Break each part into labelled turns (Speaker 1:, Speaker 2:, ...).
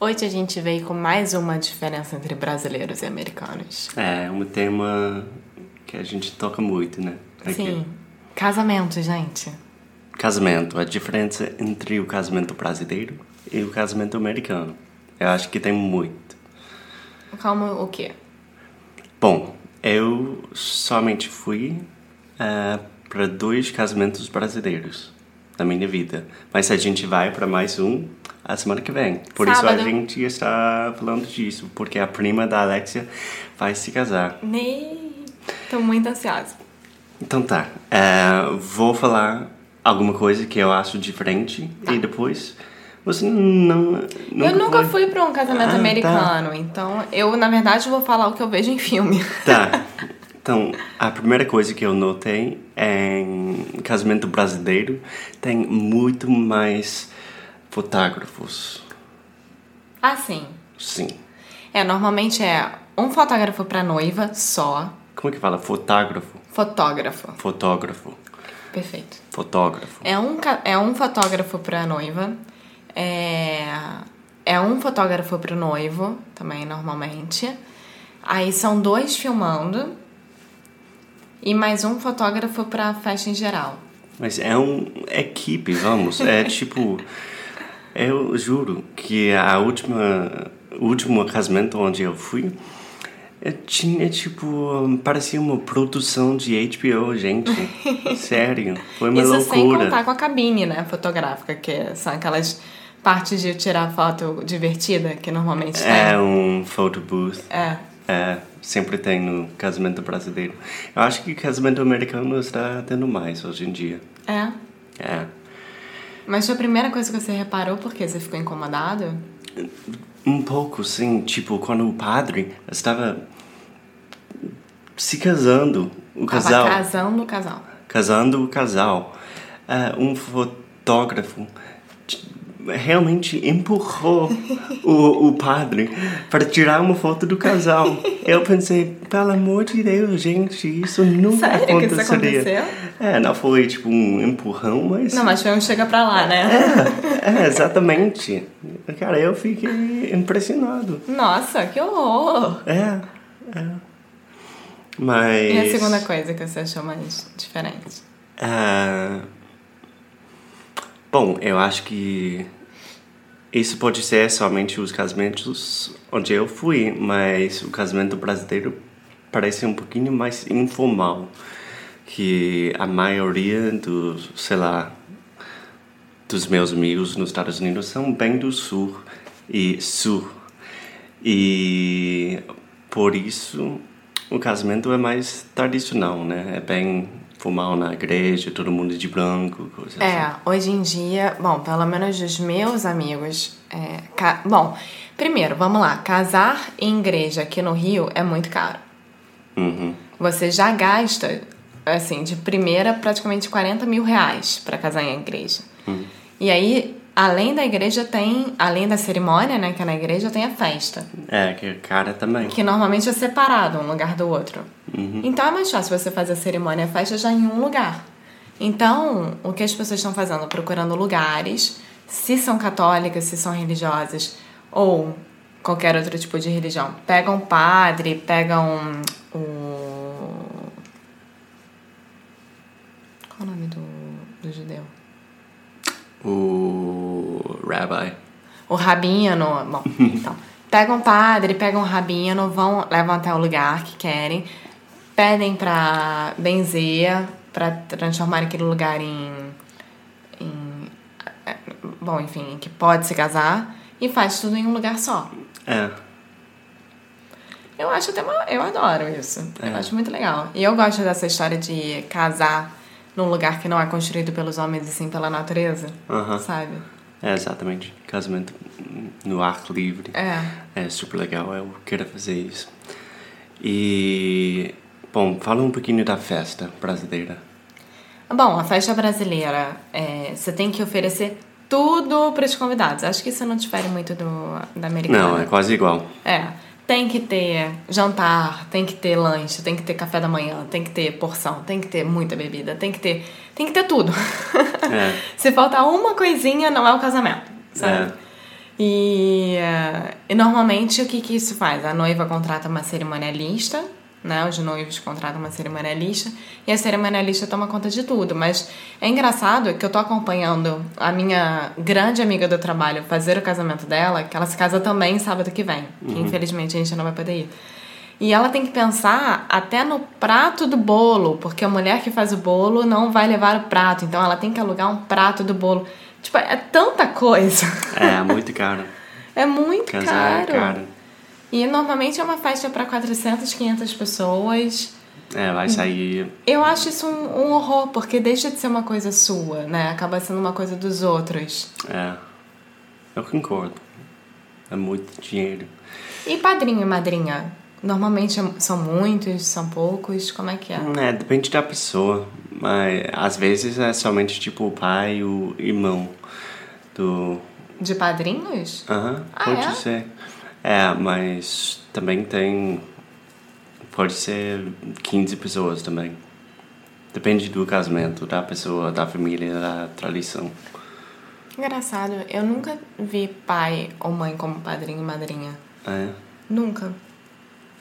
Speaker 1: Hoje a gente veio com mais uma diferença entre brasileiros e americanos.
Speaker 2: É, um tema que a gente toca muito, né? Aqui.
Speaker 1: Sim. Casamento, gente.
Speaker 2: Casamento, a diferença entre o casamento brasileiro e o casamento americano. Eu acho que tem muito.
Speaker 1: Como o quê?
Speaker 2: Bom, eu somente fui para dois casamentos brasileiros na minha vida. Mas a gente vai para mais um a semana que vem. Por
Speaker 1: Sábado.
Speaker 2: isso a gente está falando disso, porque a prima da Alexia vai se casar.
Speaker 1: Nem. Tô muito ansiosa.
Speaker 2: Então tá, é, vou falar alguma coisa que eu acho diferente e depois você não.
Speaker 1: Tá. eu nunca
Speaker 2: foi.
Speaker 1: fui pra um casamento
Speaker 2: Ah, tá.
Speaker 1: americano, então eu, na verdade, vou falar o que eu vejo em filme.
Speaker 2: Tá. Então, a primeira coisa que eu notei é em casamento brasileiro tem muito mais fotógrafos.
Speaker 1: Assim,
Speaker 2: Sim.
Speaker 1: é, normalmente é um fotógrafo pra noiva só,
Speaker 2: Como é que fala? Fotógrafo.
Speaker 1: fotógrafo.
Speaker 2: Fotógrafo.
Speaker 1: Perfeito.
Speaker 2: Fotógrafo.
Speaker 1: É um, ca- é um fotógrafo pra noiva. É, é um fotógrafo pro noivo, também normalmente. Aí são dois filmando. E mais um fotógrafo pra festa em geral.
Speaker 2: Mas é um equipe, vamos. É tipo. Eu juro que a última. O último casamento onde eu fui. eu Tinha tipo. Parecia uma produção de HBO, gente. Sério. Foi uma
Speaker 1: Isso sem
Speaker 2: loucura.
Speaker 1: contar com a cabine, né? Fotográfica, que são aquelas partes de tirar foto divertida que normalmente
Speaker 2: É
Speaker 1: tem.
Speaker 2: um photo booth.
Speaker 1: É.
Speaker 2: É, sempre tem no casamento brasileiro. Eu acho que casamento americano está tendo mais hoje em dia.
Speaker 1: É.
Speaker 2: É.
Speaker 1: Mas foi a primeira coisa que você reparou porque você ficou incomodado?
Speaker 2: Um pouco, sim. Tipo, quando o padre estava se casando, o casal.
Speaker 1: Tava casando o casal.
Speaker 2: Casando o casal. é, um fotógrafo t- realmente empurrou o, o padre para tirar uma foto do casal. Eu pensei, pelo amor de Deus, gente, isso nunca
Speaker 1: Sério que isso
Speaker 2: Hum, aconteceria.
Speaker 1: aconteceu?
Speaker 2: É, não foi tipo um empurrão, mas.
Speaker 1: Não, mas foi um chega pra lá, né?
Speaker 2: É, exatamente. Cara, eu fiquei impressionado.
Speaker 1: Nossa, que horror!
Speaker 2: É, é. Mas.
Speaker 1: E a segunda coisa que você achou mais diferente?
Speaker 2: Ah, bom, eu acho que isso pode ser somente os casamentos onde eu fui, mas o casamento brasileiro parece um pouquinho mais informal que a maioria dos, sei lá, dos meus amigos nos Estados Unidos são bem do sul e sul. E por isso o casamento é mais tradicional, né? É bem formal na igreja, todo mundo de branco, coisa assim.
Speaker 1: É, hoje em dia, bom, pelo menos dos meus amigos. é, ca- Bom, primeiro, vamos lá. Casar em igreja aqui no Rio é muito caro.
Speaker 2: Uhum.
Speaker 1: Você já gasta, assim, de primeira praticamente 40 mil reais pra casar em igreja. E aí, além da igreja, tem. Além da cerimônia, né, que é na igreja, tem a festa.
Speaker 2: É, que cara também.
Speaker 1: Que normalmente é separado um lugar do outro. Então é mais fácil você fazer a cerimônia e a festa já em um lugar. Então, o que as pessoas estão fazendo? Procurando lugares, se são católicas, se são religiosas ou qualquer outro tipo de religião. Pegam um padre, pegam um, o. Qual é o nome do, do judeu?
Speaker 2: O rabbi.
Speaker 1: o rabino, bom, então, pegam um padre, pegam um rabino, vão, levam até o lugar que querem, pedem pra benzer,
Speaker 3: para é transformar aquele lugar em, em. é, Bom, enfim, que pode se casar e faz tudo em um lugar só.
Speaker 2: É.
Speaker 3: Eu acho até uma, Eu adoro isso.
Speaker 2: É.
Speaker 3: Eu acho muito legal. E eu gosto dessa história de casar num lugar que não é construído pelos homens e sim pela natureza.
Speaker 2: Aham.
Speaker 3: Sabe?
Speaker 2: É, exatamente. Casamento no ar livre.
Speaker 3: É.
Speaker 2: É super legal, eu quero fazer isso. E. Bom, fala um pouquinho da festa brasileira.
Speaker 3: Bom, a festa brasileira, é, você tem que oferecer tudo para os convidados. Acho que isso não difere muito do, da americana.
Speaker 2: Não, é quase igual.
Speaker 3: É, tem que ter jantar, tem que ter lanche, tem que ter café da manhã, tem que ter porção, tem que ter muita bebida, tem que ter, tem que ter tudo.
Speaker 2: É.
Speaker 3: Se faltar uma coisinha, não é o casamento, sabe?
Speaker 2: É.
Speaker 3: E, eh, e normalmente o que que isso faz? A noiva contrata uma cerimonialista, né? Os noivos contratam uma cerimonialista e a cerimonialista toma conta de tudo. Mas é engraçado que eu tô acompanhando a minha grande amiga do trabalho fazer o casamento dela, que ela se casa também sábado que vem, que infelizmente a gente não vai poder ir. E ela tem que pensar até no prato do bolo, porque a mulher que faz o bolo não vai levar o prato, então ela tem que alugar um prato do bolo. Tipo, é tanta coisa.
Speaker 2: É, muito caro.
Speaker 3: É muito
Speaker 2: Casar é
Speaker 3: caro.
Speaker 2: caro.
Speaker 3: E normalmente é uma festa para 400, 500 pessoas.
Speaker 2: É, vai sair.
Speaker 3: Eu acho isso um, um horror, porque deixa de ser uma coisa sua, né? Acaba sendo uma coisa dos outros.
Speaker 2: É. Eu concordo. É muito dinheiro.
Speaker 3: E padrinho e madrinha? Normalmente é são muitos, são poucos, como é que é?
Speaker 2: É, depende da pessoa. Mas às vezes é somente tipo o pai e o irmão do.
Speaker 3: De padrinhos?
Speaker 2: Aham,
Speaker 3: Ah,
Speaker 2: pode
Speaker 3: é?
Speaker 2: ser. É, mas também tem. Pode ser 15 pessoas também. Depende do casamento, da pessoa, da família, da tradição.
Speaker 3: Engraçado, eu nunca vi pai ou mãe como padrinho e madrinha.
Speaker 2: É.
Speaker 3: Nunca.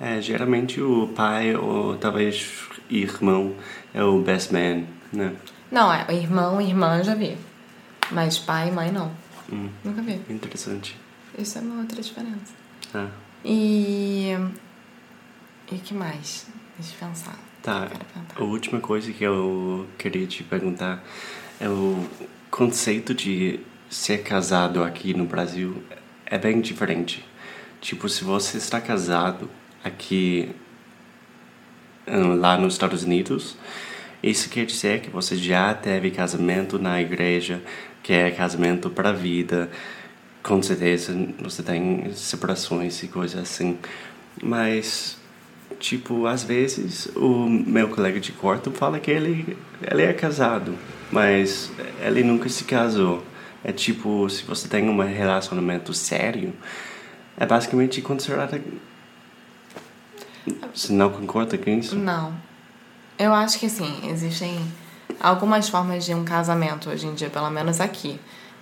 Speaker 2: É, geralmente o pai ou talvez irmão é o best man, né?
Speaker 3: Não, é irmão e irmã eu já vi. Mas pai e mãe não. Nunca vi.
Speaker 2: Hum, Interessante.
Speaker 3: Isso é uma outra diferença.
Speaker 2: É.
Speaker 3: E. E que mais? Deixa eu pensar.
Speaker 2: Tá,
Speaker 3: Eu quero perguntar.
Speaker 2: a última coisa que eu queria te perguntar é o conceito de ser casado aqui no Brasil é bem diferente. Tipo, se você está casado aqui hum, lá nos Estados Unidos, isso quer dizer que você já teve casamento na igreja, que é casamento para vida. Com certeza você tem separações e coisas assim. Mas Tipo, às vezes o meu colega de quarto fala que ele, ele é casado, mas ele nunca se casou. É tipo, se você tem um relacionamento sério, é basicamente considerado. Você não concorda com isso?
Speaker 3: Não. Eu acho que assim, existem algumas formas de um casamento hoje em dia, pelo menos aqui.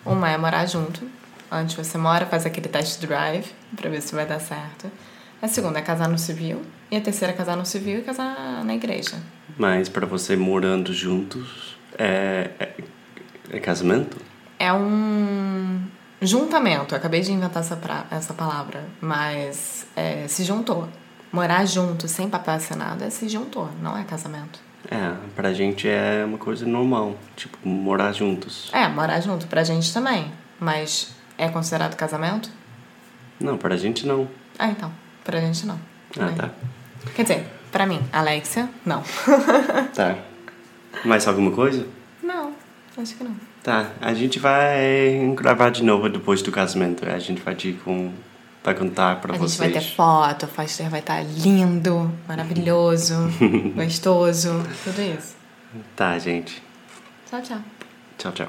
Speaker 3: Uma é morar junto. Antes você mora, faz aquele test drive pra ver se vai dar certo. A segunda é casar no civil. E a terceira é casar no civil e casar na igreja.
Speaker 2: Mas para você morando juntos, é, é, é casamento?
Speaker 3: É um juntamento. Eu acabei de inventar essa, pra- essa palavra, mas é, se juntou. Morar junto, sem papel assinado, é se juntou, não é casamento.
Speaker 2: É, pra gente é uma coisa normal, tipo, morar juntos.
Speaker 3: É, morar junto pra gente também, mas é considerado casamento?
Speaker 2: Não, pra gente não.
Speaker 3: Ah, então, pra gente não.
Speaker 2: Ah,
Speaker 3: Né?
Speaker 2: tá.
Speaker 3: Quer dizer, pra mim, Alexia, não.
Speaker 2: Tá. Mais alguma coisa?
Speaker 3: não, acho que não.
Speaker 2: Tá, a gente vai gravar de novo depois do casamento. A gente vai te com, vai contar pra
Speaker 3: A gente vai
Speaker 2: vocês.
Speaker 3: ter foto, o Foster vai estar lindo, maravilhoso, gostoso, tudo isso.
Speaker 2: Tá, gente.
Speaker 3: Tchau, tchau.
Speaker 2: Tchau, tchau.